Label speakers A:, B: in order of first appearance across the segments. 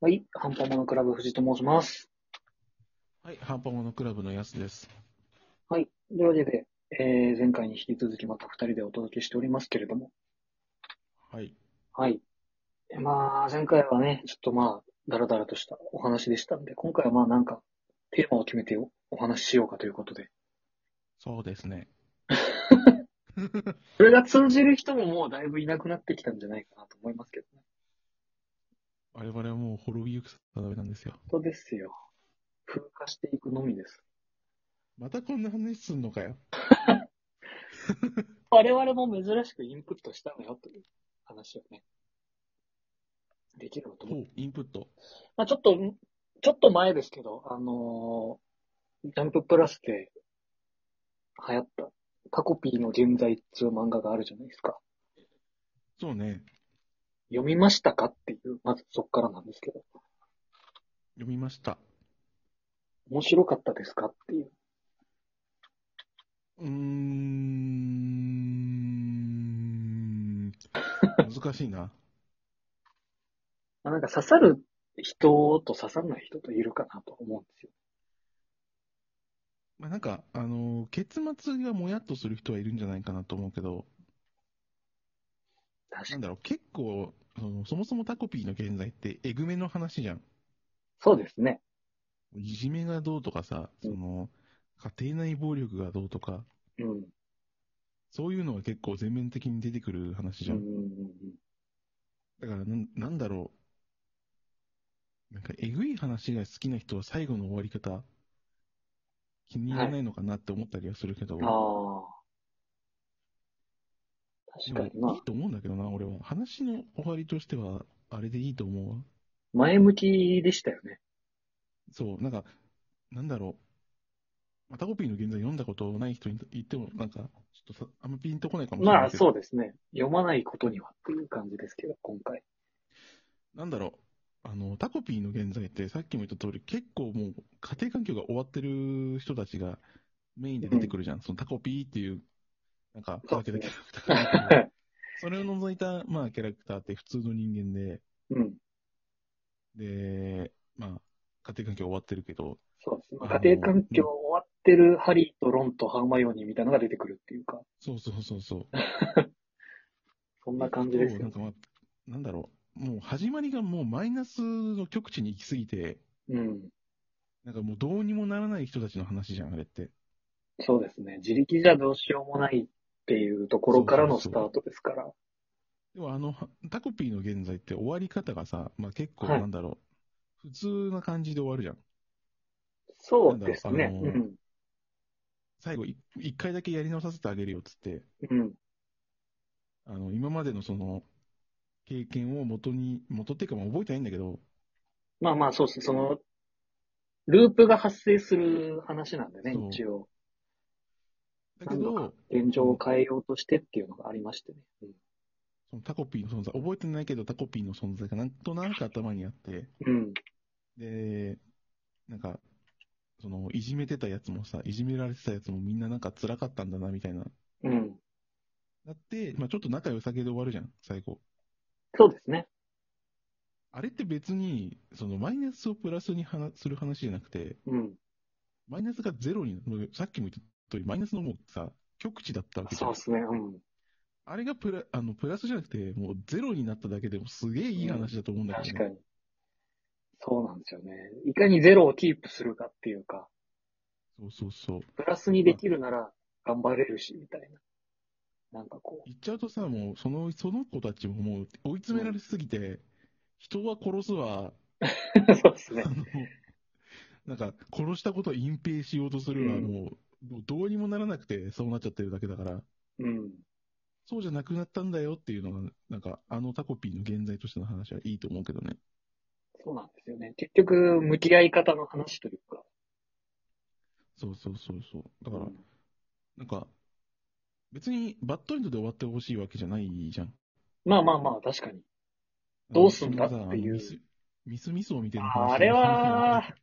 A: はい、ハンパモノクラブ藤井と申します。
B: はい、ハーパモノクラブのやすです。
A: はい、というわけで、えー、前回に引き続きまた二人でお届けしておりますけれども、
B: はい。
A: はい。えまあ、前回はね、ちょっとまあ、だらだらとしたお話でしたんで、今回はまあなんか、テーマを決めておお話ししようかということで。
B: そうですね。
A: それが通じる人ももうだいぶいなくなってきたんじゃないかなと思いますけどね。
B: 我々はもう滅びゆく定めなんですよ。
A: 本当ですよ。風化していくのみです。
B: またこんな話すんのかよ。
A: 我々も珍しくインプットしたのよという話をね、できればと思って
B: ほう、インプット。
A: まあ、ちょっと、ちょっと前ですけど、あのージャンププラスで流行った、タコピーの現在っつう漫画があるじゃないですか。
B: そうね。
A: 読みましたかっていう、まずそっからなんですけど、
B: 読みました。
A: 面白かったですかっていう。
B: うーん。難しいな。
A: まあ、なんか刺さる人と刺さらない人といるかなと思うんですよ。
B: まあ、なんか、あの結末がもやっとする人はいるんじゃないかなと思うけど、
A: 確か
B: なん
A: に。
B: だろう、結構、そのそもそもタコピーの現在ってえぐめの話じゃん。
A: そうですね。
B: いじめがどうとかさ、その、家庭内暴力がどうとか、
A: うん。
B: そういうのが結構全面的に出てくる話じゃ。
A: うんんうんうん
B: だからなん、なんだろう。なんか、えぐい話が好きな人は最後の終わり方、気に入らないのかなって思ったりはするけど、
A: うん、ああ。
B: で
A: 確
B: も
A: か
B: い
A: にな。
B: いと思うんだけどな、俺は。話の終わりとしては、あれでいいと思うわ。
A: 前向きでしたよね。
B: そう、なんか、なんだろう。またコピーの現在読んだことない人に言っても、なんか、ちょっとさあんまピンとこないかもしれ
A: ま
B: な
A: あ
B: いけど、
A: そうですね。読まないことにはっていう感じですけど、今回。
B: なんだろう。あの、タコピーの現在って、さっきも言った通り、結構もう、家庭環境が終わってる人たちがメインで出てくるじゃん。そのタコピーっていう、なんか、
A: そ
B: ふ
A: う
B: ざ
A: で
B: け
A: す
B: た
A: ね
B: キャラクターがいる んだけど。それを除いた、まあ、キャラクターって普通の人間で、
A: うん。
B: で、まあ、家庭環境終わってるけど、
A: そうですね。
B: あの
A: 家庭環境終わってるハリーとロンとハーマイオニーみたいなのが出てくるっていうか、
B: そうそうそうそう。
A: そんな感じです
B: な
A: よ
B: ん。か、まあ、なんだろう。もう、始まりがもうマイナスの極地に行き過ぎて、
A: うん。
B: なんかもうどうにもならない人たちの話じゃん、あれって。
A: そうですね。自力じゃどうしようもないっていうところからのス
B: そう
A: タ
B: そうそ
A: ートですから。
B: でもあの、 タコピーの現在って終わり方がさ、まあ、結構
A: はい
B: なんだろう、普通な感じで終わるじゃん。
A: そうです
B: な
A: ね。
B: んだろう最後い、一回だけやり直させてあげるよっつって、
A: うん。うん。
B: あの、今までのその、経験を元に、元っていうかまあ覚えてないんだけど、
A: まあまあ、そうですね。その、ループが発生する話なんでね、
B: そう
A: 一応。
B: だけ
A: なん
B: ど、
A: 現状を変えようとしてっていうのがありましてね。
B: そのタコピーの存在、覚えてないけどタコピーの存在がなんとなく頭にあって、
A: うん。うん
B: で、なんか、その、いじめてたやつもさ、いじめられてたやつもみんななんか辛かったんだな、みたいな。
A: うん。
B: なって、まあちょっと仲良さげで終わるじゃん、最後。
A: そうですね。
B: あれって別に、そのマイナスをプラスに話する話じゃなくて、
A: うん。
B: マイナスがゼロに、もうさっきも言った通り、マイナスのもうさ、極地だったわけじ
A: そ
B: ゃ
A: うんで。すね。うん。
B: あれがプラあのプラスじゃなくて、もうゼロになっただけでもすげえいい話だと思うんだけ
A: 確
B: ど、
A: か
B: ね
A: に。そうなんですよね。いかにゼロをキープするかっていうか、
B: そうそうそう。
A: プラスにできるなら頑張れるし、みたいな。なんかこ
B: 言っちゃうとさ、もうそのその子たちももう追い詰められすぎて、人は殺すわ、
A: う。 そうですね
B: あ。の、なんか殺したことを隠蔽しようとするわ、
A: うん
B: もう、もうどうにもならなくて、そうなっちゃってるだけだから。
A: うん。
B: そうじゃなくなったんだよっていうのが、なんか、あのタコピーの現在としての話はいいと思うけどね。
A: そうなんですよね。結局、向き合い方の話というか。
B: そうそうそうそう。だ
A: う
B: から、
A: ん
B: なんか、別にバッドエンドで終わってほしいわけじゃないじゃん。
A: まあまあまあ、確かに。どうすんだ
B: それがさ
A: っていう
B: ミス、ミスミスを見てる話
A: あれは、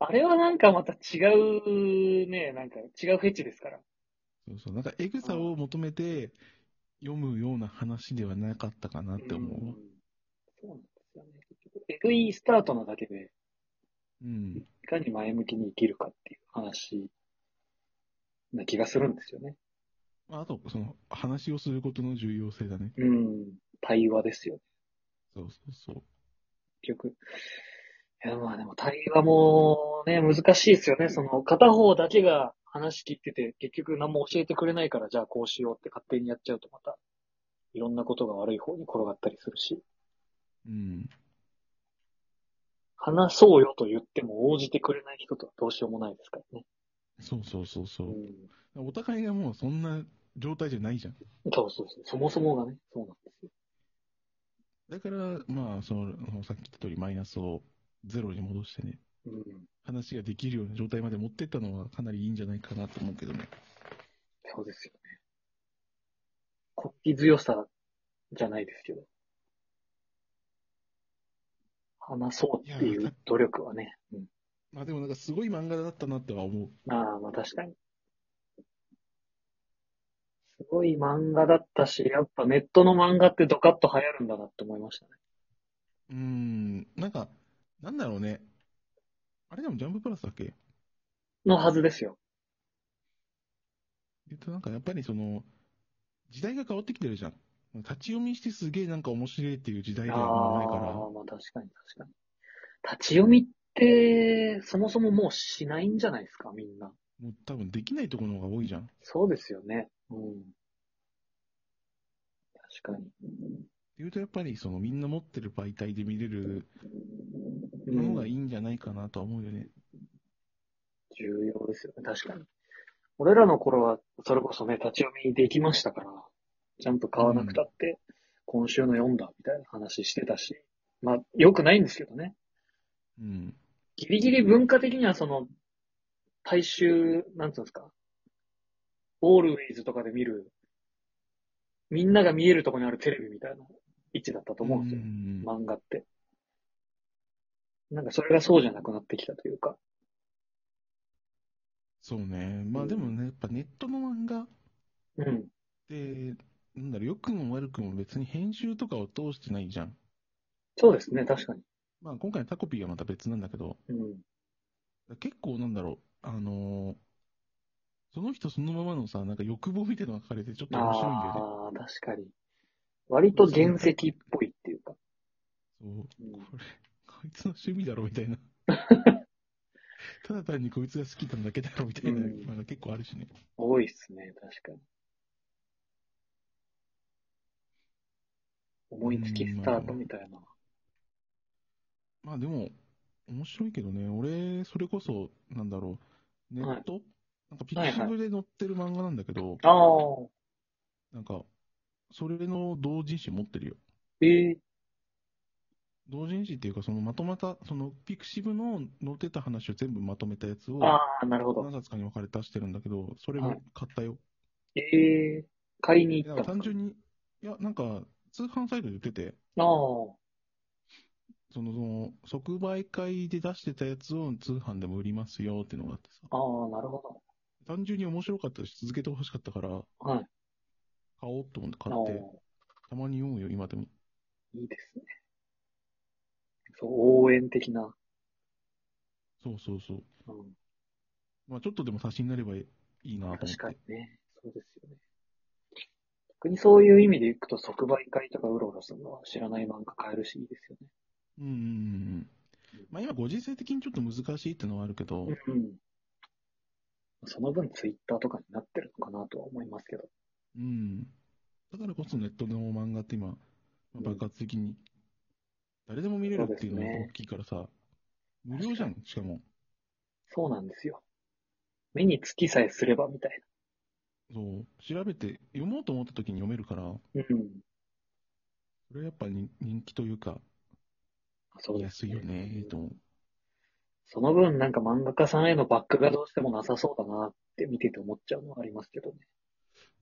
A: あれはなんかまた違うね、なんか違うフェチですから。
B: そうそう。なんか、エグさを求めて読むような話ではなかったかなって思うわ。
A: んそうなんですよね。結局、エ薄いスタートなだけで、
B: うん。
A: いかに前向きに生きるかっていう話な気がするんですよね。
B: まあ、あと、その、話をすることの重要性だね。
A: うん。対話ですよね。
B: そうそうそう。
A: 結局。いや、まあでも対話もね、難しいですよね。その、片方だけが話聞いてて、結局何も教えてくれないから、じゃあこうしようって勝手にやっちゃうとまた、いろんなことが悪い方に転がったりするし、
B: うん。
A: 話そうよと言っても応じてくれない人とはどうしようもないですからね。
B: そうそうそうそうう。
A: ん。
B: お互いがもうそんな状態じゃないじゃん。
A: そうそうそう。そもそもがね、そうなんですよ。
B: だから、まあ、その、さっき言った通りマイナスをゼロに戻してね、
A: うん。
B: 話ができるような状態まで持ってったのはかなりいいんじゃないかなと思うけどね。
A: そうですよね。こっき強さじゃないですけど。話そうってい
B: いや
A: う努力はね。うん、
B: まあでもなんかすごい漫画だったなっては思う。
A: ああ、まあ確かに。すごい漫画だったし、やっぱネットの漫画ってドカッと流行るんだなって思いましたね。
B: うーん、なんか、なんだろうね。あれでもジャンププラスだっけ
A: のはずですよ。
B: えっとなんかやっぱりその、時代が変わってきてるじゃん。立ち読みしてすげえなんか面白いっていう時代ではもうないから。
A: ああ、まあ確かに確かに。立ち読みって、そもそももうしないんじゃないですか、みんな。
B: もう多分できないところの方が多いじゃん。
A: そうですよね。うん。確かに。
B: っていうとやっぱりそのみんな持ってる媒体で見れる
A: う
B: の
A: ん
B: がいいんじゃないかなとは思うよね。
A: 重要ですよね、確かに。俺らの頃は、それこそね、立ち読みできましたから、ジャンプ買わなくたって、今週の読んだみたいな話してたし、まあ、良くないんですけどね。
B: うん。
A: ギリギリ文化的にはその、大衆、なんつうんですか、オールウェイズとかで見る、みんなが見えるところにあるテレビみたいな位置だったと思うんですよ。
B: ん
A: 漫画って。なんかそれがそうじゃなくなってきたというか。
B: そうね。まあでもね、やっぱネットの漫画っ
A: うん。
B: て、なんだろう、良くも悪くも別に編集とかを通してないじゃん。
A: そうですね、確かに。
B: まあ今回のタコピーはまた別なんだけど、
A: うん。
B: 結構なんだろう、あのーその人そのままのさ、なんか欲望みたいなのが書かれてちょっと面白いんだよね。
A: ああ、確かに。割と原石っぽいっていうか。
B: そう。
A: うん
B: これ、こいつの趣味だろみ たいな。ただ単にこいつが好きなだけだろみたいな、
A: うん
B: なんか結構あるしね。
A: 多いっすね、確かに。思いつきスタートみたいな。
B: まあでも、面白いけどね、俺、それこそ、なんだろう、ネット、なんかピクシブで載ってる漫画なんだけど、
A: ああ、
B: なんか、それの同人誌持ってるよ。
A: ええ
B: 同人誌っていうか、そのまとまた、そのピクシブの載ってた話を全部まとめたやつを、
A: ああ、なるほど
B: 何。冊かに分かれて出してるんだけど、それも買ったよ。
A: ええ買いに行
B: な
A: っ
B: ん
A: た
B: か
A: のか
B: 単純に、いや、なんか、通販サイトで売ってて、
A: ああ、
B: その、その即売会で出してたやつを通販でも売りますよっていうのがあってさ、
A: ああ、なるほ
B: 単純に面白かったし、続けてほしかったから、買
A: ど。はい。
B: おうと思って
A: あ
B: 買
A: あ
B: って、たまに読むよ、今でも。
A: いいですね。そう、応援的な。
B: そうそうそう。
A: うん、
B: まあ、ちょっとでも足しになればいいなと思って。
A: 確かにね。そうですよね。逆にそういう意味で行くと即売会とかうろうろするのは知らない漫画買えるしいいですよね。
B: うんうんうんうん。まあ、今、ご時世的にちょっと難しいっていうのはあるけど、
A: うん。その分ツイッターとかになってるのかなとは思いますけど。
B: うん。だからこそネットの漫画って今、まあ爆発的に、誰でも見れるっていうのが
A: そうですね
B: 大きいからさ、無料じゃん、しかも。
A: そうなんですよ。目につきさえすればみたい
B: そう、調べて、読もうと思った時に読めるから、
A: な。うん。
B: それはやっぱ人人気というか、
A: そうです
B: 安いよね、と思う。
A: その分なんか漫画家さんへのバックがどうしてもなさそうだなって見てて思っちゃうのはありますけどね。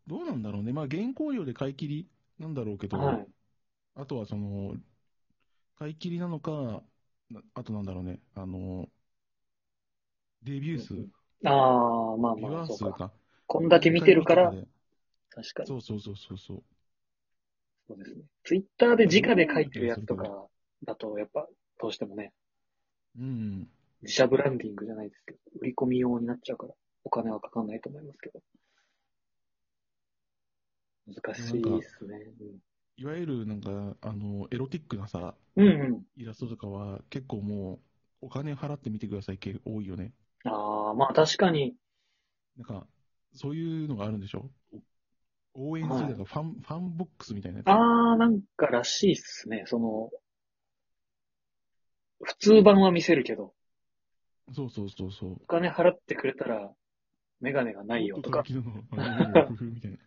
B: どうなんだろうね。まあ、原稿料で買い切りなんだろうけど、
A: はい。
B: あとはその、買い切りなのか、なあとなんだろうね、あの、レビュー数、
A: うん
B: リ
A: ああ、まあま
B: ワ
A: あ、
B: ー
A: そう
B: 数
A: か。
B: か。
A: こんだけ見てるから
B: 一回、見て
A: 確か
B: からで
A: に。
B: そうそうそうそうそう。
A: そうですね。ツイッターで直で書いてるやつとかだと、やっぱどうしてもね、
B: うん。
A: 自社ブランディングじゃないですけど、売り込み用になっちゃうから、お金はかかんないと思いますけど。難しいですね。
B: いわゆるなんか、あの、エロティックなさ、
A: うん、うん
B: イラストとかは結構もう、お金払って見てください系多いよね。
A: うん。ああ、まあ確かに、
B: なんか、そういうのがあるんでしょ応援する、
A: はい
B: なんかファン、ファンボックスみたいなやつ。
A: ああ、なんからしいっすね。その、普通版は見せるけど、
B: そうそうそうそう
A: お。金払ってくれたら、メガネがないよとか
B: もっ。 と歌舞伎のあの工夫みたいな。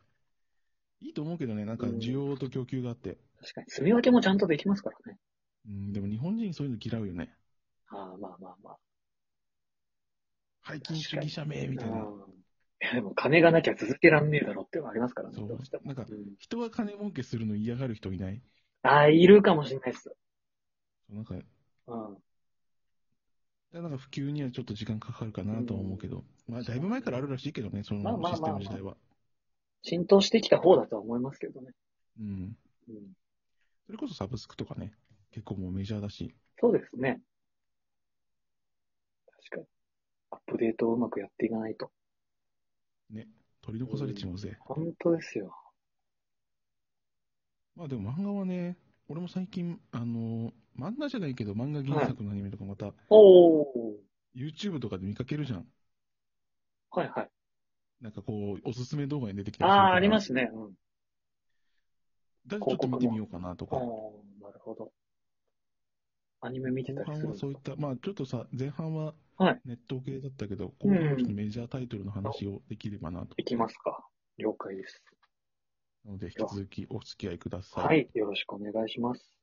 B: いいと思うけどね、なんか需要と供給があって。
A: 確かに、住み分けもちゃんとできますからね。
B: うん、でも日本人そういうの嫌うよね。
A: ああ、まあまあまあ。
B: 背筋主義者名みたいな。
A: うんいやでも金がなきゃ続けらんねえだろっていうのはありますからね、
B: そう
A: どうしても。
B: なんか
A: うん
B: 人は金儲けするの嫌がる人いない
A: ああ、いるかもしれないです。
B: なんか、
A: うん。
B: なんか普及にはちょっと時間かかるかなとは思うけど、まあだいぶ前からあるらしいけどね、そ
A: まあまあまあ
B: のシステム自体は。
A: 浸透してきた方だとは思いますけどね。
B: うん。
A: うん、
B: それこそサブスクとかね、結構もうメジャーだし。
A: そうですね。確かに。アップデートをうまくやっていかないと。
B: 取り残されちまうぜ。
A: 本当ですよ。
B: まあでも漫画はね、俺も最近、あの、漫画じゃないけど漫画原作のアニメとかまた
A: おお。
B: YouTube とかで見かけるじゃん。
A: はいはい。
B: なんかこう、おすすめ動画に出てきた
A: あ
B: りするから
A: あ、ありますね。うん。
B: だからちょっと見てみようかなとか。
A: おーなるほど。アニメ見てた
B: 後
A: りす
B: 半
A: る
B: はそういった、まあちょっとさ、前半は
A: はい
B: ネット系だったけど、
A: うん
B: 後半はちょっとメジャータイトルの話をできればなと。
A: いきますか。了解です。
B: なので、引き続きお付き合いください。
A: はい。よろしくお願いします。